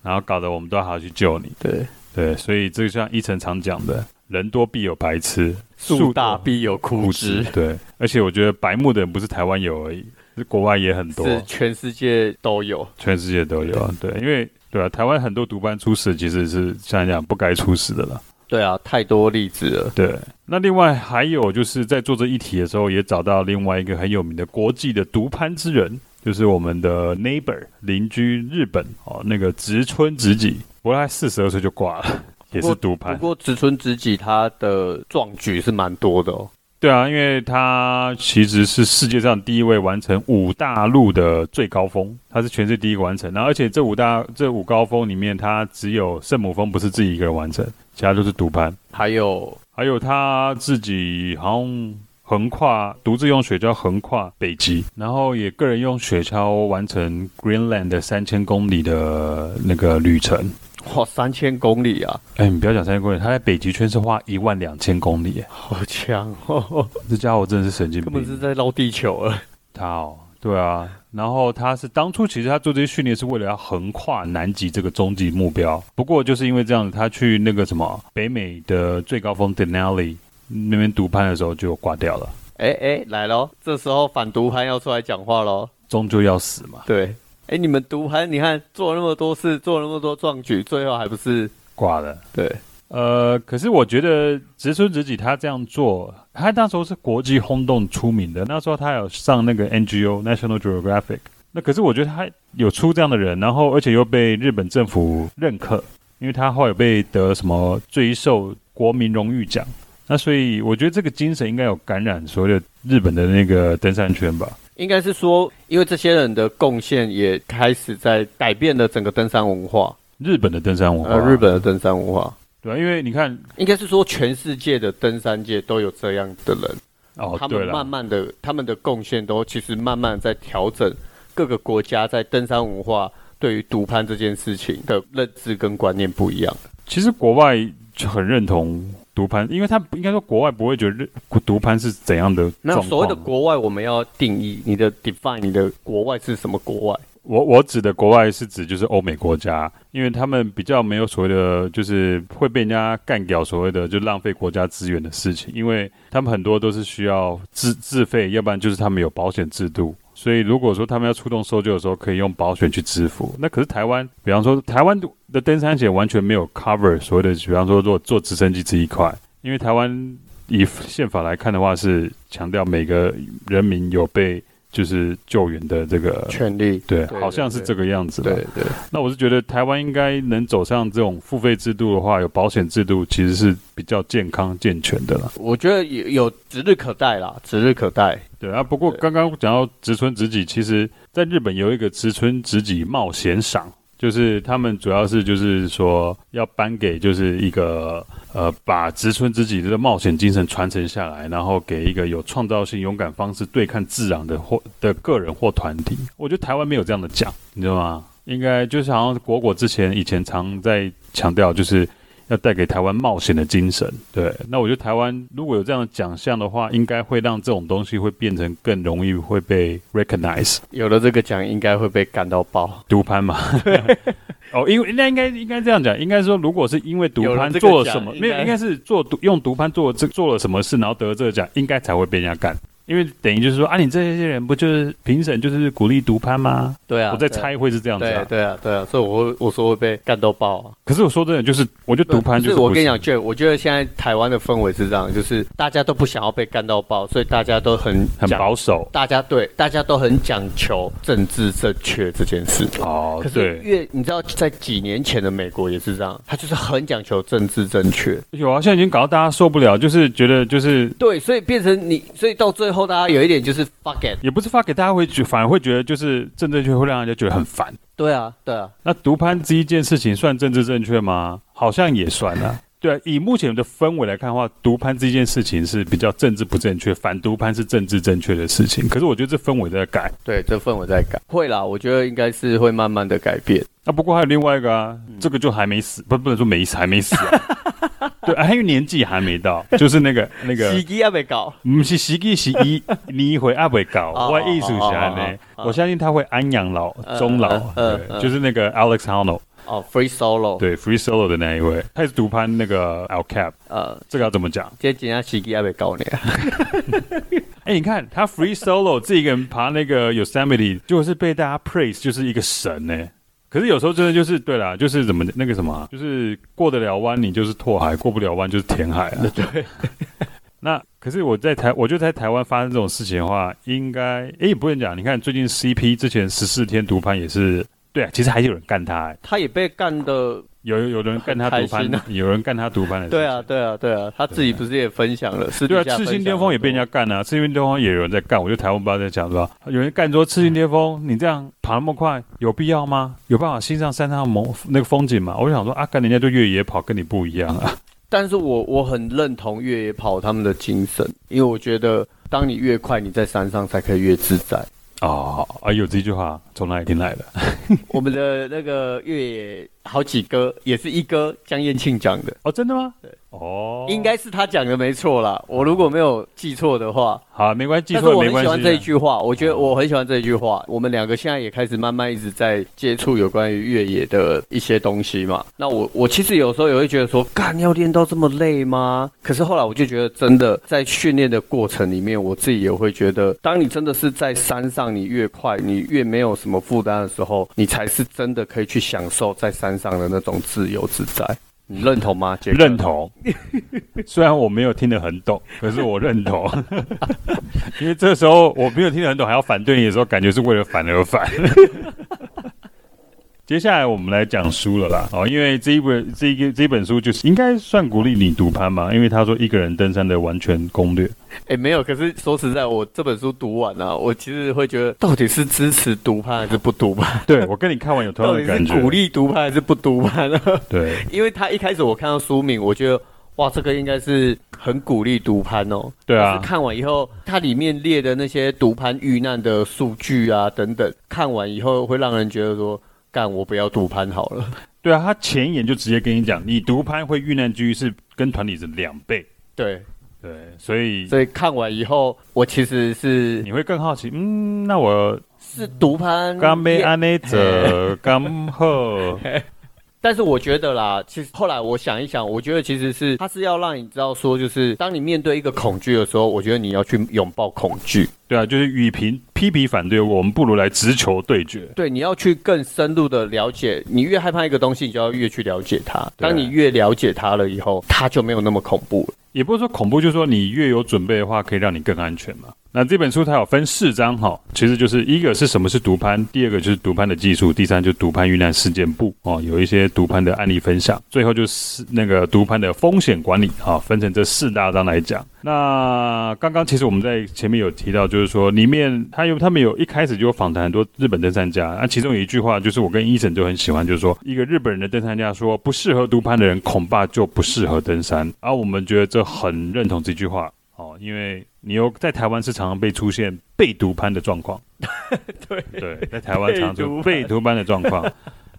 然后搞得我们都要好好去救你。对对，所以这个像一晨常讲的，人多必有白痴，树大多必有枯不枝止，，对，而且我觉得白目的人不是台湾有而已，是国外也很多，是全世界都有。全世界都有啊。对，因为对啊，台湾很多独班出事其实是像这样不该出事的啦。对啊，太多例子了。对，那另外还有就是在做这一题的时候，也找到另外一个很有名的国际的独攀之人，就是我们的 neighbor 邻居日本哦，那个植村直己，不过他四十二岁就挂了，也是独攀不。过植村直己他的壮举是蛮多的哦。对啊，因为他其实是世界上第一位完成五大陆的最高峰，他是全世界第一个完成。然后，而且这五大这五高峰里面，他只有圣母峰不是自己一个人完成，其他都是独攀。还有还有他自己好像横跨独自用雪橇横跨北极，然后也个人用雪橇完成 Greenland 的三千公里的那个旅程。哇，三千公里啊，哎，你不要讲三千公里，他在北极圈是花一万两千公里耶，好强哦，这家伙真的是神经根本是病。在绕地球了。他哦，对啊，然后他是当初其实他做这些训练是为了要横跨南极这个终极目标，不过就是因为这样子，他去那个什么北美的最高峰 Denali 那边独攀的时候就挂掉了，哎哎，来喽！这时候反毒盘要出来讲话喽。终究要死嘛，对，哎，你们毒盘，你看做了那么多事，做了那么多壮举，最后还不是挂了。对呃，可是我觉得植村直己他这样做，他那时候是国际轰动出名的。那时候他有上那个 NGO National Geographic，那可是我觉得他有出这样的人，然后而且又被日本政府认可，因为他后来有被得什么最受国民荣誉奖。那所以我觉得这个精神应该有感染所有的日本的那个登山圈吧。应该是说，因为这些人的贡献也开始在改变了整个登山文化，呃日本的登山文化，呃，日本的登山文化。对啊，因为你看，应该是说全世界的登山界都有这样的人，哦，他对们了，慢慢的他们的贡献都其实慢慢在调整各个国家在登山文化对于独攀这件事情的认知跟观念不一样。其实国外就很认同独攀，因为他应该说国外不会觉得独攀是怎样的没有状况。啊所谓的国外，我们要定义你的 define 你的国外是什么国外。我我指的国外是指就是欧美国家，因为他们比较没有所谓的，就是会被人家干掉所谓的就浪费国家资源的事情，因为他们很多都是需要自自费，要不然就是他们有保险制度。所以如果说他们要出动搜救的时候，可以用保险去支付。那可是台湾，比方说台湾的登山险完全没有 cover 所谓的，比方说做做直升机这一块，因为台湾以宪法来看的话，是强调每个人民有被就是救援的这个权利，对，对好像是这个样子。对，对，那我是觉得台湾应该能走上这种付费制度的话，有保险制度其实是比较健康健全的啦。我觉得有有指日可待啦，指日可待。对啊，不过对刚刚讲到植村直己，其实在日本有一个植村直己冒险赏，就是他们主要是就是说要颁给就是一个呃把植村直己的冒险精神传承下来，然后给一个有创造性、勇敢方式对抗自然的或的个人或团体。我觉得台湾没有这样的奖，你知道吗？应该就是好像果果之前以前常在强调就是。要带给台湾冒险的精神。对，那我觉得台湾如果有这样的奖项的话，应该会让这种东西会变成更容易会被 recognize。有了这个奖，应该会被干到爆。独 攀嘛，哦，因为那应该应该这样讲，应该说，如果是因为独有攀了这个做了奖什么，应没有，该应该是做独用独攀做这做了什么事，然后得了这个奖，应该才会被人家干。因为等于就是说啊，你这些人不就是评审就是鼓励独攀吗？对啊，我在对啊。猜会是这样子、对啊。对啊，对啊，所以我会我说会被干到爆啊！可是我说真的，就是我觉得独攀就是是我不跟你行讲，就我觉得现在台湾的氛围是这样，就是大家都不想要被干到爆，所以大家都很很讲，保守大家对大家都很讲求政治正确这件事。哦可，是对，越你知道，在几年前的美国也是这样，他就是很讲求政治正确。有啊，现在已经搞到大家受不了，就是觉得就是对，所以变成你，所以到最后大家有一点就是 fuck it。也不是发给大家会觉，反而会觉得就是政治正确会让人家觉得很烦。对啊，对啊，那毒攀这一件事情算政治正确吗？好像也算啊。对啊，以目前的氛围来看的话，毒攀这件事情是比较政治不正确，反毒攀是政治正确的事情。可是我觉得这氛围在改。对，这氛围在改，会啦，我觉得应该是会慢慢的改变。那、不过还有另外一个啊，这个就还没死，不不能说没死，还没死、啊。对，还有年纪还没到，就是那个那 个洗衣还没搞，不是实 际是一你一回阿未搞，哦我的意思是安哦呢哦，哦我相信他会安养老呃终老呃，呃对呃就是那个 Alex Honnold 哦，free solo，，对 Free Solo 的那一位，他也是独攀那个 Al Cap，呃，这个要怎么讲？今天洗衣还没搞呢， 哎，你看他 Free Solo 自己一个人爬那个 Yosemite，就是被大家 praise，就是一个神呢。可是有时候真的就是对啦，就是怎么那个什么啊，就是过得了弯你就是拓海，过不了弯就是填海啊。对， 那可是我在台，我就在台湾发生这种事情的话，应该哎诶也不能讲。你看最近 CP 之前十四天毒攀也是，对啊，其实还是有人干他、欸，他也被干的，有有有人干他毒很攀，开心啊有人干他毒攀的事情对啊，，对啊，对啊，他自己不是也分享了，私底对啊，下赤分享心巅峰也被人家了干啊，赤心巅峰也有人在干，我觉得台湾不知道在讲什么，有人干说赤心巅峰嗯你这样爬那么快有必要吗？有办法欣赏山上的某那个风景吗？我就想说啊，干人家就越野跑跟你不一样啊，但是我我很认同越野跑他们的精神，因为我觉得当你越快，你在山上才可以越自 在。哦，啊有这句话从哪里听来的？我们的那个越野好几哥也是一哥江燕庆讲的，哦，真的吗？哦，应该是他讲的没错啦。我如果没有记错的话，好，没关系，记但是错我了没很关喜系欢啊。这一句话，我觉得我很喜欢这一句话。我们两个现在也开始慢慢一直在接触有关于越野的一些东西嘛。那我我其实有时候也会觉得说，干要练到这么累吗？可是后来我就觉得，真的在训练的过程里面，我自己也会觉得，当你真的是在山上，你越快，你越没有什么负担的时候，你才是真的可以去享受在山上的那种自由自在。你认同吗？杰克认。同， 虽然我没有听得很懂，可是我认同， 因为这时候我没有听得很懂，还要反对你的时候，感觉是为了反而反。 接下来我们来讲书了啦，哦，因为这一本这一个这一本书就是应该算鼓励你独攀嘛，因为他说一个人登山的完全攻 略，哎、没有，可是说实在，我这本书读完了、我其实会觉得，到底是支持独攀还是不独攀？对我跟你看完有同样到的底感是觉，鼓励独攀还是不独攀呢？ 对，因为他一开始我看到书名，我觉得哇，这个应该是很鼓励独攀哦。对啊可是看完以后，它里面列的那些独攀遇难的数据啊等等，看完以后会让人觉得说，干我不要独攀好了。 对啊，他前言就直接跟你讲，你独攀会遇难几率是跟团体是两倍，对，对，所以所以看完以后，我其实是你会更好奇，嗯，那我是独 攀刚被安内者刚后，但是我觉得啦，其实后来我想一想，我觉得其实是它是要让你知道说，就是当你面对一个恐惧的时候，我觉得你要去拥抱恐惧，对啊，就是与评批评反对，我们不如来直球对决。对，你要去更深入的了解。你越害怕一个东西，你就要越去了解它。当你越了解它了以后，它就没有那么恐怖了。也不是说恐怖，就是说你越有准备的话，可以让你更安全嘛。那这本书它有分四章哈，其实就是一个是什么是独攀，第二个就是独攀的技术，第三就是独攀遇难事件簿哦，有一些独攀的案例分享，最后就是那个独攀的风险管理啊、分成这四大章来讲。那刚刚其实我们在前面有提到，就是说里面他有他们有一开始就有访谈很多日本登山家，那、啊其中有一句话就是我跟医生就很喜欢，就是说一个日本人的登山家说，不适合独攀的人恐怕就不适合登山，而、我们觉得这很认同这句话哦，因为你又在台湾是常常被出现被独攀的状况，对对，在台湾常常出被被独攀的状况。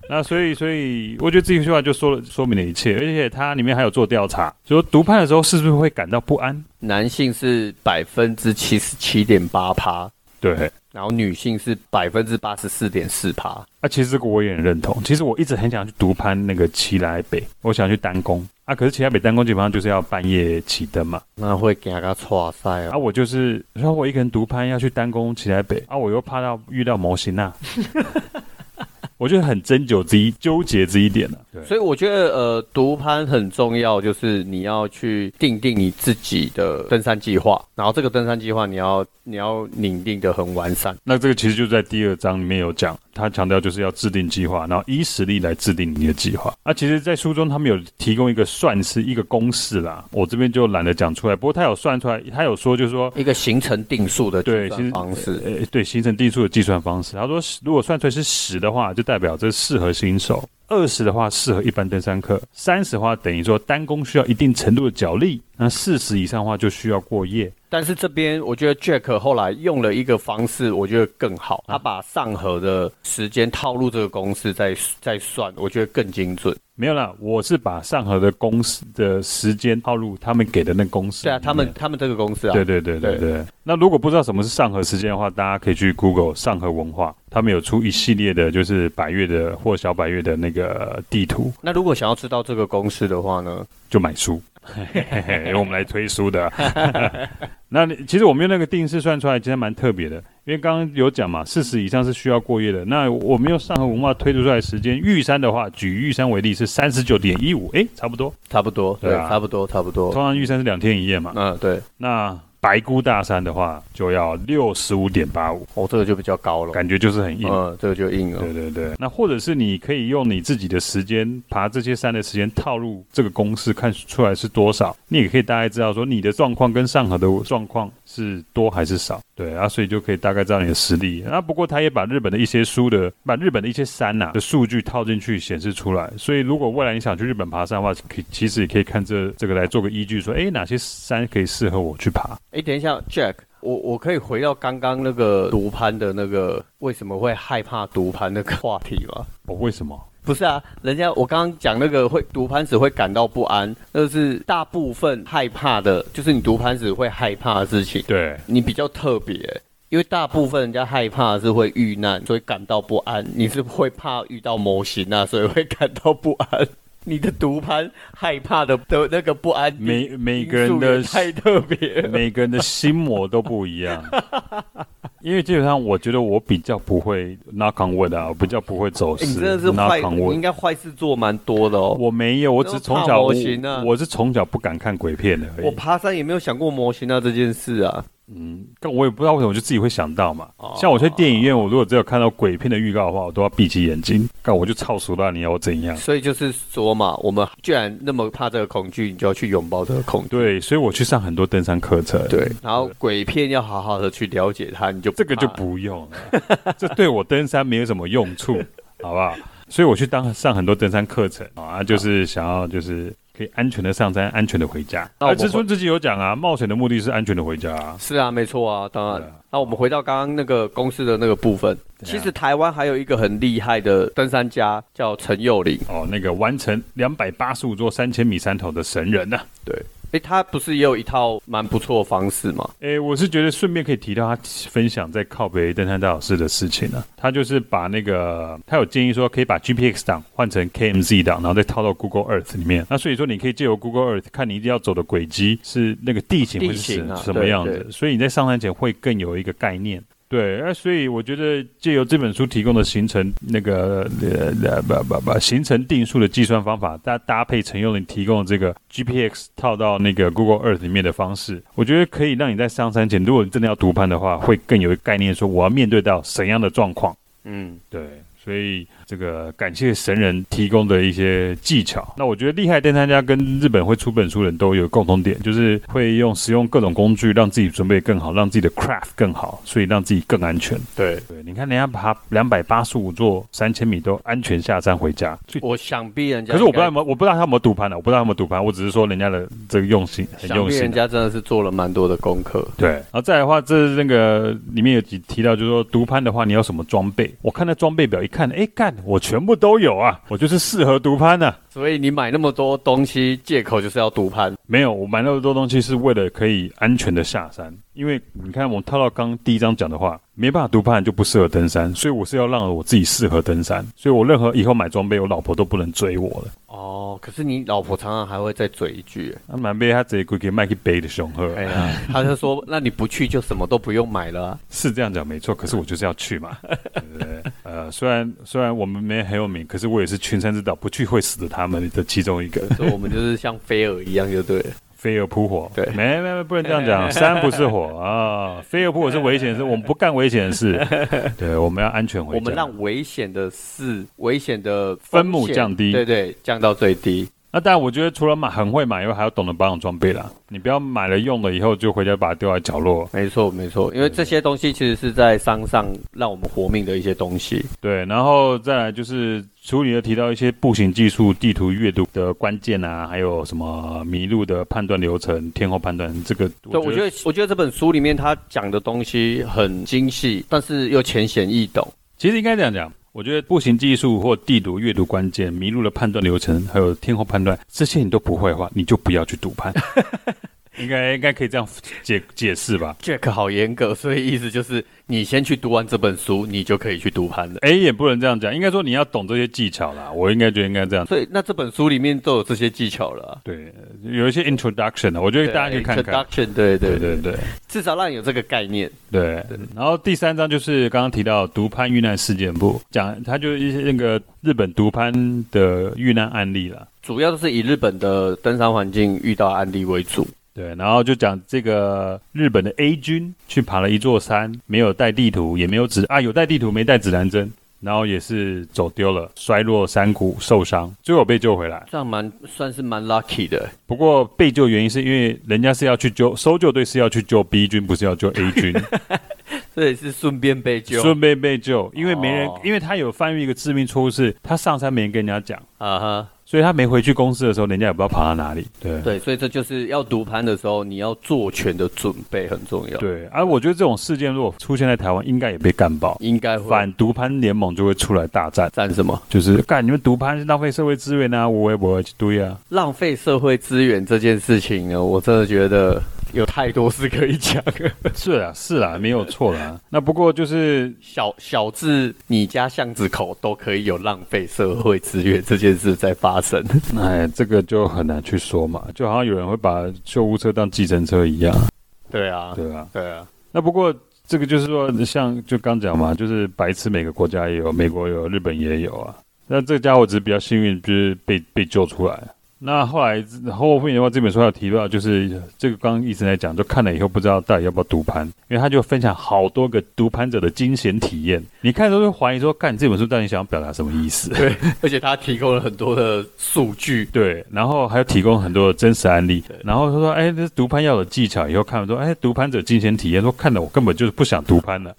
那所以，所以我觉得这句话就说了说明了一切，而且它里面还有做调查，就说独攀的时候是不是会感到不安？男性是百分之七十七点八趴，对，然后女性是百分之八十四点四趴。啊，其实这个我也很认同。其实我一直很想去独攀那个奇来北，我想去单攻啊。可是奇来北单攻基本上就是要半夜起登嘛，那会给他错赛啊，哦。我就是说我一个人独攀要去单攻奇来北啊，我又怕到遇到模型啊， 我就很针灸这一纠结这一点了、啊。所以我觉得，呃，独攀很重要，就是你要去定定你自己的登山计划，然后这个登山计划你要你要拟定的很完善。那这个其实就在第二章里面有讲，他强调就是要制定计划，然后依实力来制定你的计划。啊，其实，在书中他们有提供一个算式，一个公式啦，我这边就懒得讲出来。不过他有算出来，他有说就是说，一个形成定数的计对其算实方式，呃，对，形成定数的计算方式。他说，如果算出来是十的话，就代表这适合新手；二十的话适合一般登山客；三十的话等于说单攻需要一定程度的脚力；那四十以上的话就需要过夜。但是这边我觉得 Jack 后来用了一个方式，我觉得更好，他把上河的时间套入这个公式再再算，我觉得更精准。没有啦，我是把上河的公式的时间套入他们给的那公式对里面。啊，他们他们这个公式啊，嗯对对对对对。那如果不知道什么是上河时间的话，大家可以去 Google 上河文化，他们有出一系列的，就是百越的或小百越的那个地图，那如果想要知道这个公式的话呢，就买书。嘿嘿嘿我们来推书的。啊 那你其实我们用那个定式算出来，其实蛮特别的，因为刚刚有讲嘛，四十以上是需要过夜的。那我们用上河文化推出来的时间，玉山的话，举玉山为例是三十九点一五，哎，差不多。差不多，对，对啊差不多，差不通多。常玉山是两天一夜嘛。嗯，对，那白姑大山的话，就要六十五点八五，哦，这个就比较高了，感觉就是很硬。嗯，这个就硬了。对对对，那或者是你可以用你自己的时间爬这些山的时间套入这个公式，看出来是多少，你也可以大概知道说你的状况跟上河的状况是多还是少。对啊，所以就可以大概知道你的实力。那不过他也把日本的一些书的，把日本的一些山啊呐、的数据套进去显示出来。所以如果未来你想去日本爬山的话，可以其实也可以看这这个来做个依据说，诶哎哪些山可以适合我去爬。哎，等一下，Jack，我我可以回到刚刚那个毒攀的那个为什么会害怕毒攀那个话题吗？哦，为什么？不是啊，人家我刚刚讲那个会读盘子会感到不安，那是大部分害怕的，就是你读盘子会害怕的事情。对，你比较特别、因为大部分人家害怕的是会遇难，所以感到不安。你是会怕遇到模型啊，所以会感到不安。你的读盘害怕的的那个不安因，每每个人的因素也太特别了。每个人的心魔都不一样。因为基本上，我觉得我比较不会 knock on wood 啊，我比较不会走欸诶你失、真的是坏， knock on 你应 wood。该坏事做蛮多的哦。我没有，我只是从小都怕模型啊我是从小不敢看鬼片的而我已。爬山也没有想过模型啊这件事啊。嗯，但我也不知道为什么，我就自己会想到嘛。哦像我去电影院，我如果只有看到鬼片的预告的话，我都要闭起眼睛，干我就操熟了，你要我怎样？所以就是说嘛，我们既然那么怕这个恐惧，你就要去拥抱这个恐惧。对，所以我去上很多登山课程。对，然后鬼片要好好的去了解它，你就这个就怕不用了， 这对我登山没有什么用 处，好不好？所以我去当上很多登山课程啊，就是想要就是可以安全的上山，安全的回家。那啊，我们至尊自己有讲啊，冒险的目的是安全的回家、啊。是啊，没错啊，啊当对啊然。那我们回到刚刚那个公司的那个部分，其实台湾还有一个很厉害的登山家叫陈佑林，哦，那个完成两百八十五座三千米山头的神人呐、啊！对，诶，他不是也有一套蛮不错的方式吗？诶，我是觉得顺便可以提到他分享在靠北登山大老师的事情呢、啊。他就是把那个他有建议说可以把 GPX 档换成 KMZ 档，然后再套到 Google Earth 里面。那所以说你可以借由 Google Earth 看你一定要走的轨迹是那个地形会地是形啊什么样对子，对所以你在上山前会更有一个概念。对，那、所以我觉得借由这本书提供的行程那个呃呃不不不行程定数的计算方法，搭搭配陈佑林提供的这个 GPX 套到那个 Google Earth 里面的方式，我觉得可以让你在上山前，如果你真的要独攀的话，会更有一个概念，说我要面对到怎样的状况。嗯，对，所以这个感谢神人提供的一些技巧。那我觉得厉害登山家跟日本会出本书的人都有共同点，就是会用使用各种工具让自己准备更好，让自己的 craft 更好，所以让自己更安全。对，对，你看人家爬两百八十五座三千米都安全下山回家，所以我想必人家可是我不知道有应没有，我不知道他有没有读盘呢，我不知道他有没有读盘，我只是说人家的这个用心该很想用必心人啊。家真的是做了蛮多的功课，对，然后再来的话，这是那个里面有几提到，就是说读攀的话，你要什么装备？我看那装备表一看，哎干，我全部都有啊，我就是适合读攀的、所以你买那么多东西，借口就是要独攀。没有，我买那么多东西是为了可以安全的下山，因为你看我们套到刚刚第一章讲的话，没办法读攀就不适合登山，所以我是要让我自己适合登山，所以我任何以后买装备，我老婆都不能追我了。哦，可是你老婆常常还会再嘴一句，那啊满杯他直接给给卖去背的雄鹤，哎呀，她就说， 那你不去就什么都不用买了啊、是这样讲没错，可嗯是我就是要去嘛，对不对？ 呃，虽然虽然我们没很有名，可是我也是群山之岛不去会死的他们的其中一个，所以我们就是像飞蛾一样就对了。飞蛾扑火。对没没没，不能这 样讲，山不是火啊，飞蛾扑火是危险的事，我们不干危险的 事，对，我们要安全回家。我们让危险的事、危险的分母风险降低对对，降到最低。那当然，我觉得除了买很会买以外，还要懂得保养装备啦。你不要买了用了以后就回家把它丢在角落，没错，没错，因为这些东西其实是在山上让我们活命的一些东西。对，然后再来就是书里有提到一些步行技术、地图阅读的关键啊，还有什么迷路的判断流程、天候判断，这个对，我觉得，我觉得这本书里面他讲的东西很精细，但是又浅显易懂。其实应该这样讲。我觉得步行技术或地图阅读关键、迷路的判断流程，还有天候判断，这些你都不会的话，你就不要去赌盘。 应该应该可以这样解解释吧？ Jack 好严格，所以意思就是你先去读完这本书，你就可以去读盘了。哎，也不能这样讲，应该说你要懂这些技巧啦。我应该觉得应该这样。所以那这本书里面都有这些技巧了啊。对，有一些 introduction 的，我觉得大家可以看看。 Introduction，对对对，对对对。至少让你有这个概念。对，然后第三章就是刚刚提到毒攀遇难事件簿，讲它就是一些那个日本毒攀的遇难案例了。主要都是以日本的登山环境遇到案例为主。对，然后就讲这个日本的 A 军去爬了一座山，没有带地图，也没有指啊，有带地图没带指南针，然后也是走丢了，摔落山谷受伤，最后被救回来。这样蛮算是蛮 lucky 的，不过被救原因是因为人家是要去救搜救队是要去救 B 军，不是要救 A 军。这也是顺便被救顺便被救，因为没人，哦因为他有犯一个致命错误，是他上山没人跟人家讲，啊哈。所以他没回去公司的时候，人家也不知道爬到哪里。对对，所以这就是要读盘的时候，你要做全的准备很重要。，对，而、我觉得这种事件如果出现在台湾，应该也被干爆，应该会反毒攀联盟就会出来大战，占什么？就是干你们毒攀是浪费社会资源啊，我也不会去堆啊。 浪费社会资源这件事情呢，我真的觉得有太多事可以讲。 是啊，是啊，没有错啦。那不过就是小小至你家巷子口都可以有浪费社会资源这件事在发生。 哎，这个就很难去说嘛，就好像有人会把救护车当计程车一样，对啊，对啊。对啊，那不过这个就是说，像就刚讲嘛，就是白痴，每个国家也有，美国有，日本也有啊。那这个家伙只是比较幸运，就是被被救出来。那后来后面的话，这本书还有提到，就是这个刚刚一直在讲，就看了以后不知道到底要不要读盘，因为他就分享好多个读盘者的惊险体验。你看都会怀疑说，干这本书到底想要表达什么意思？对， 而且他提供了很多的数据，对，然后还有提供很多真实案例，然后他说，哎，这读盘要有技巧，以后看了说，哎，读盘者惊险体验，说看的我根本就是不想读盘了。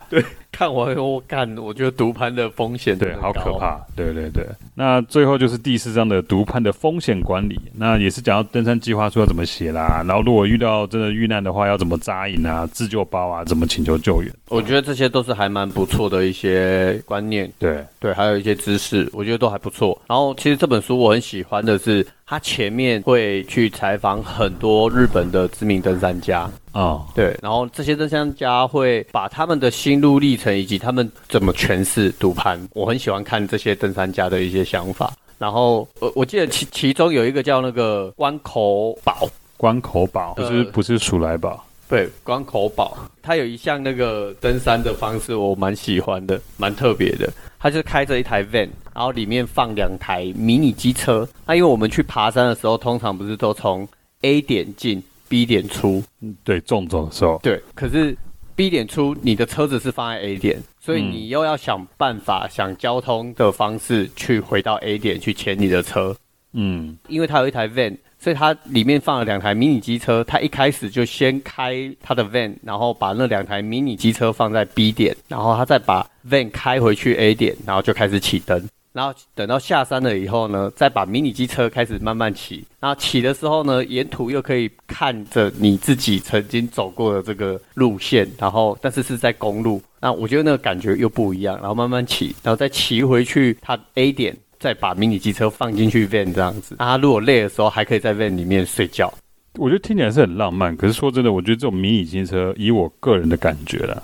看完以后我干，我觉得读盘的风险对，很好可高。啊怕。对对对，那最后就是第四章的毒攀的风险管理，那也是讲到登山计划书要怎么写啦，然后如果遇到真的遇难的话，要怎么扎营啊、自救包啊、怎么请求救援。我觉得这些都是还蛮不错的一些观念，对，对，还有一些知识，我觉得都还不错。然后其实这本书我很喜欢的是，它前面会去采访很多日本的知名登山家，哦，对，然后这些登山家会把他们的心路历程以及他们怎么诠释赌盘，我很喜欢看这些登山家的一些想法。然后，呃，我记得其其中有一个叫那个关口宝，关口宝不是、呃不是鼠来宝，对，关口宝，他有一项那个登山的方式，我蛮喜欢的，蛮特别的。他就是开着一台 van，然后里面放两台迷你机车。那因为我们去爬山的时候，通常不是都从 A 点进 B 点出，嗯对，中走的时候，对，可是 B 点出你的车子是放在 A 点，所以嗯你又要想办法想交通的方式去回到 A 点去牵你的车，嗯，因为它有一台 van，所以它里面放了两台迷你机车，它一开始就先开它的 van，然后把那两台迷你机车放在 B 点，然后它再把 van 开回去 A 点，然后就开始启灯。然后等到下山了以后呢，再把迷你机车开始慢慢骑。然后骑的时候呢，沿途又可以看着你自己曾经走过的这个路线，然后但是是在公路，那我觉得那个感觉又不一样。然后慢慢骑，然后再骑回去它 A 点，再把迷你机车放进去 van 这样子。啊，如果累的时候还可以在 van 里面睡觉。 我觉得听起来是很浪漫，可是说真的，我觉得这种迷你机车，以我个人的感觉啦，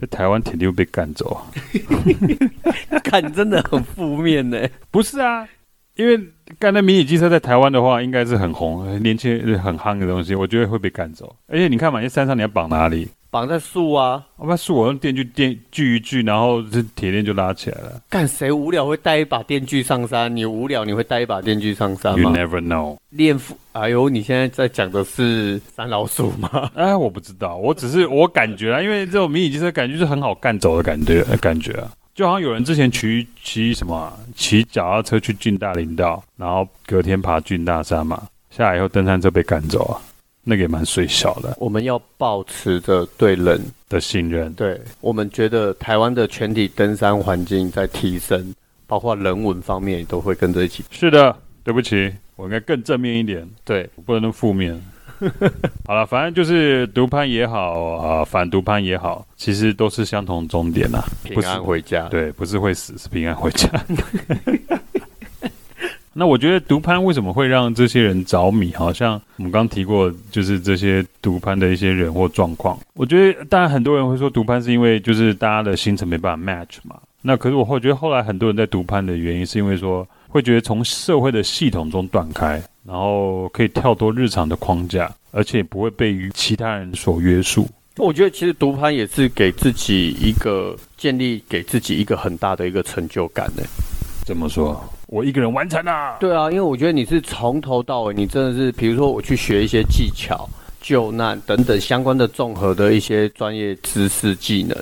在台湾肯定会被干走。啊看，真的很负面呢、不是啊，因为干那迷你机车在台湾的话，应该是很红、很年轻人很夯的东西，我觉得会被赶走。而且你看嘛，在山上你要绑哪里？绑在树啊，我把树我用电锯电锯一锯，然后这铁链就拉起来了。干谁无聊会带一把电锯上山？你无聊你会带一把电锯上山 You 吗？ never know。恋父，哎呦，你现在在讲的是三老鼠吗？ 哎，我不知道，我只是我感觉啊，因为这种迷你机车感觉就是很好干走的感觉，呃感觉啊。就好像有人之前骑骑什么啊骑脚踏车去俊大林道，然后隔天爬俊大山嘛，下来以后登山车被赶走啊，那个也蛮水小的我们要保持着对人，的信任。对我们觉得台湾的全体登山环境在提升，包括人文方面也都会跟着一起。是的，对不起，我应该更正面一点，对，我不能那么 负面。好了，反正就是毒攀也好啊、反毒攀也好，其实都是相同终点呐、啊平不是安回家。对，不是会死，是平安回家。 那我觉得毒攀为什么会让这些人着迷？好像我们刚提过，就是这些毒攀的一些人或状况。我觉得，当然很多人会说毒攀是因为就是大家的行程没办法 match 嘛。那可是我会觉得后来很多人在毒攀的原因，是因为说会觉得从社会的系统中断开，然后可以跳脱日常的框架，而且不会被于其他人所约束。我觉得其实读盘也是给自己一个建立，给自己一个很大的一个成就感呢。怎么说？我一个人完成啦、对啊，因为我觉得你是从头到尾，你真的是，比如说我去学一些技巧、救难等等相关的综合的一些专业知识技能，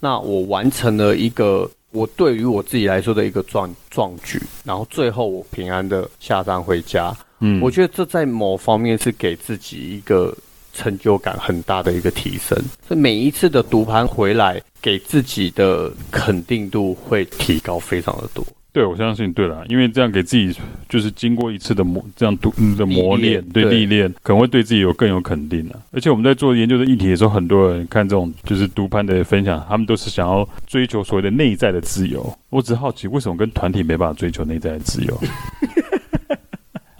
那我完成了一个我对于我自己来说的一个壮壮举，然后最后我平安的下山回家，嗯我觉得这在某方面是给自己一个成就感很大的一个提升，所以每一次的读盘回来，给自己的肯定度会提高非常的多。对，我相信对了，因为这样给自己就是经过一次的磨，这样读嗯的磨历练练，对对历练，可能会对自己有更有肯定了。而且我们在做研究的议题的时候，很多人看这种就是读攀的分享，他们都是想要追求所谓的内在的自由。我只好奇，为什么跟团体没办法追求内在的自由？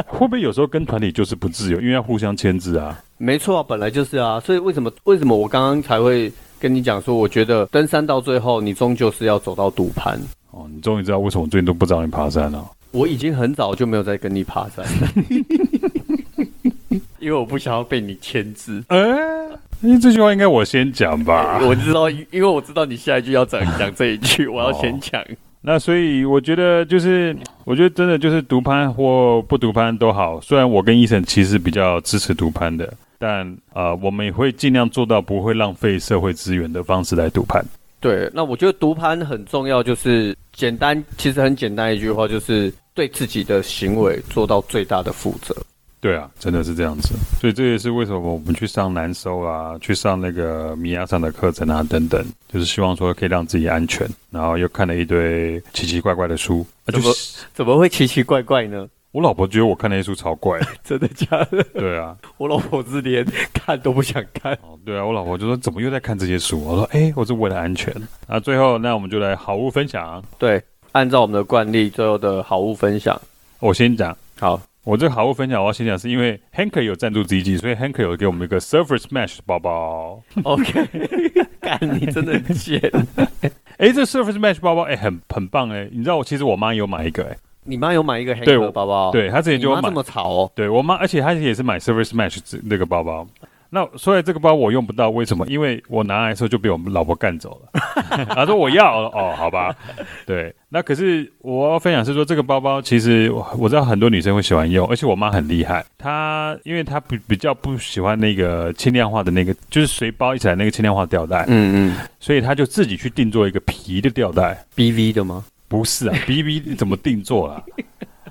会不会有时候跟团体就是不自由，因为要互相牵制啊？没错啊，本来就是啊，所以为什么为什么我刚刚才会跟你讲说，我觉得登山到最后，你终究是要走到赌 盘。 哦，你终于知道为什么我最近都不找你爬山了、我已经很早就没有再跟你爬山了，因为我不想要被你牵制。哎、你这句话应该我先讲吧。我知道，因为我知道你下一句要讲讲这一句，我要先讲。那所以我觉得就是，我觉得真的就是独攀或不独攀都好。虽然我跟医生其实比较支持独攀的，但呃，我们也会尽量做到不会浪费社会资源的方式来独攀。对，那我觉得读盘很重要，就是简单，其实很简单一句话，就是对自己的行为做到最大的负责。对啊，真的是这样子，所以这也是为什么我们去上南收啊，去上那个米亚上的课程啊等等，就是希望说可以让自己安全，然后又看了一堆奇奇怪怪的书，啊、怎就么是怎么会奇奇怪怪呢？我老婆觉得我看那些书超怪的，真的假的？对啊，我老婆是连看都不想看。哦对啊，我老婆就说怎么又在看这些书？我说哎、我是为了安全。啊，最后那我们就来好物分享， 对，按照我们的惯例，最后的好物分享。我先讲。好，我这个好物分享，我要先讲，是因为 Hank 有赞助基金，所以 Hank 有给我们一个 Surface Mesh 包包。 OK，干你真的很贱！哎，这 Surface Mesh 包包，哎，很很棒哎！你知道我其实我妈有买一个哎， 你妈有买一个黑对盒我包包？，对她之前哦你就妈买这，么吵哦。对我妈，而且她也是买 Surface Mesh 这那个包包。那所以这个包我用不到，为什么？因为我拿来的时候就被我们老婆干走了。她说我要哦，好吧，对。那可是我要分享是说，这个包包其实我我知道很多女生会喜欢用，而且我妈很厉害，她因为她比比较不喜欢那个轻量化的那个，就是随包一起来那个轻量化吊带，嗯嗯所以她就自己去定做一个皮的吊带。 ，BV 的吗？不是啊，B B 怎么定做啦？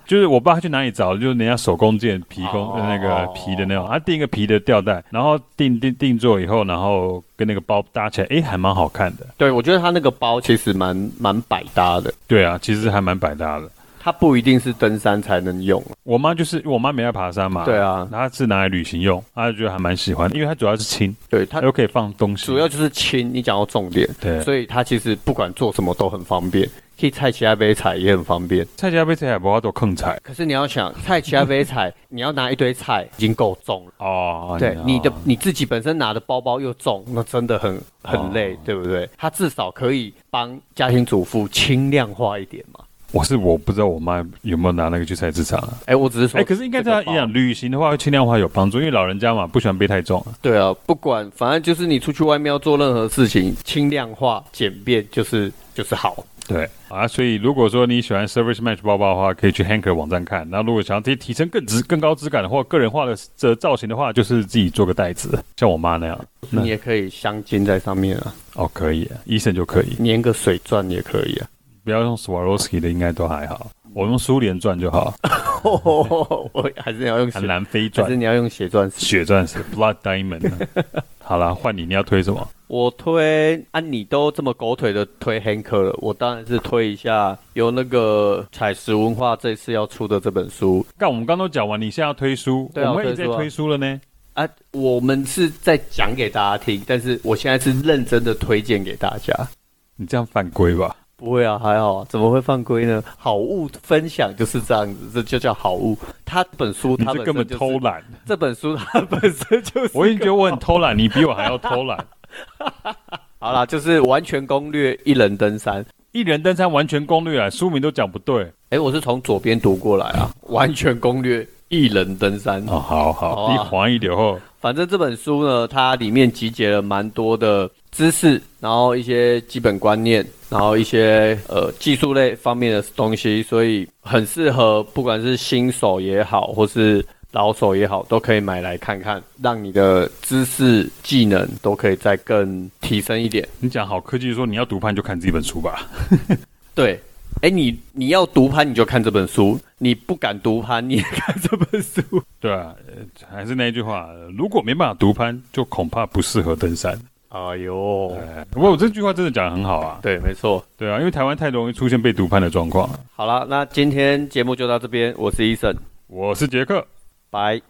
就是我爸去哪里找，就是人家手工件皮工、哦呃那个皮的那种，他定一个皮的吊带，然后定定定做以后，然后跟那个包搭起来，诶，还蛮好看的。对，我觉得它那个包其实蛮蛮百搭的，对啊，其实还蛮百搭的。它不一定是登山才能用。我妈就是我妈没爱爬山嘛，对，啊，她是拿来旅行用，她就觉得还蛮喜欢，因为它主要是轻，对它它又可以放东西。主要就是轻，你讲到重点，对，所以它其实不管做什么都很方便，可以菜奇亚杯踩也很方便。蔡家杯这海不要多坑菜可是你要想，菜奇亚杯踩，你要拿一堆菜已经够重了。哦，对知道你的你自己本身拿的包包又重，那真的很哦很累，对不对？它至少可以帮家庭主妇轻量化一点嘛。我是我不知道我妈有没有拿那个去菜市场啊。哎，我只是说，哎、可是应该这样一样，，旅行的话轻量化有帮助，因为老人家嘛不喜欢背太重啊。对啊，不管，反正就是你出去外面要做任何事情，轻量化、简便就是就是好。对啊，所以如果说你喜欢 Service Match 包包的话，可以去 Hanker 网站看。那如果想要提提升更质、更高质感或个人化的这造型的话，就是自己做个袋子，像我妈那样。那你也可以镶金在上面啊，哦，可以、啊，医生就可以，粘个水钻也可以 啊。不要用 Swarovski 的，应该都还好。我用苏联钻就好，我还是要用还血，南非还是钻、你要用血钻石。血钻石 Blood Diamond 啊、好啦，换你，你要推什么？我推啊，你都这么狗腿的推 Hank 了，我当然是推一下由那个采石文化这次要出的这本书干，我们刚都讲完，你现在要推书，对啊我们也推在书啊推书了呢。啊。我们是在讲给大家听，但是我现在是认真的推荐给大家。你这样犯规吧？不会啊，还好啊，怎么会犯规呢？好物分享就是这样子，这就叫好物。他本书你他本身这根本就是偷，懒。这本书 它本身就是。 我已经觉得我很偷懒，你比我还要偷 懒。好啦，就是完全攻略一人登山。一人登山完全攻略啊，书名都讲不对。诶，我是从左边读过来啊，完全攻略一人登山。哦，好好 好，啊一黄一流哦后，反正这本书呢，它里面集结了蛮多的知识，然后一些基本观念，然后一些呃技术类方面的东西，所以很适合不管是新手也好，或是老手也好，都可以买来看看，让你的知识技能都可以再更提升一点。你讲好科技说你要读盘就看这本书吧。对。哎，你你要读盘你就看这本书，你不敢读盘你也看这本书。 对啊，呃还是那一句话，呃如果没办法读盘，就恐怕不适合登山。哎呦，哎不过我这句话真的讲得很好啊。对，没错。对啊，因为台湾太容易出现被读盘的状况。好了，那今天节目就到这边，我是医生，我是杰克，拜。